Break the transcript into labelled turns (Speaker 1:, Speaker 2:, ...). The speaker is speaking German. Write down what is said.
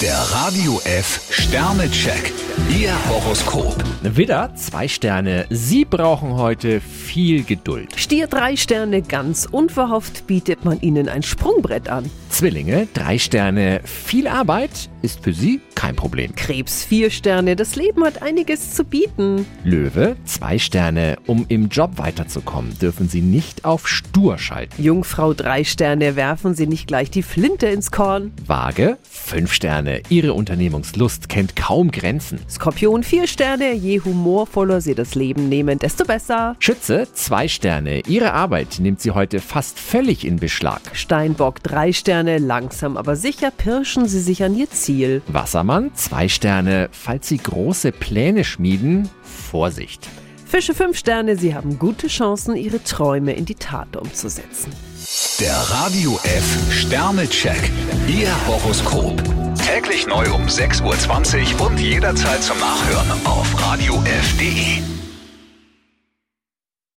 Speaker 1: Der Radio F Sternecheck. Ihr Horoskop.
Speaker 2: Widder, zwei Sterne. Sie brauchen heute viel Geduld.
Speaker 3: Stier drei Sterne ganz unverhofft bietet man ihnen ein Sprungbrett an.
Speaker 2: Zwillinge, drei Sterne. Viel Arbeit ist für Sie kein Problem.
Speaker 3: Krebs vier Sterne, das Leben hat einiges zu bieten.
Speaker 2: Löwe, zwei Sterne. Um im Job weiterzukommen, dürfen Sie nicht auf stur schalten.
Speaker 3: Jungfrau drei Sterne, werfen Sie nicht gleich die Flinte ins Korn.
Speaker 2: Waage, fünf Sterne. Ihre Unternehmungslust kennt kaum Grenzen.
Speaker 3: Skorpion vier Sterne, je humorvoller Sie das Leben nehmen, desto besser.
Speaker 2: Schütze, zwei Sterne. Ihre Arbeit nimmt Sie heute fast völlig in Beschlag.
Speaker 3: Steinbock drei Sterne, langsam aber sicher pirschen Sie sich an Ihr Ziel.
Speaker 2: Wassermann, zwei Sterne. Falls Sie große Pläne schmieden, Vorsicht.
Speaker 3: Fische fünf Sterne, Sie haben gute Chancen, Ihre Träume in die Tat umzusetzen.
Speaker 1: Der Radio F Sternecheck. Ihr Horoskop. Täglich neu um 6.20 Uhr und jederzeit zum Nachhören auf Radio radiof.de.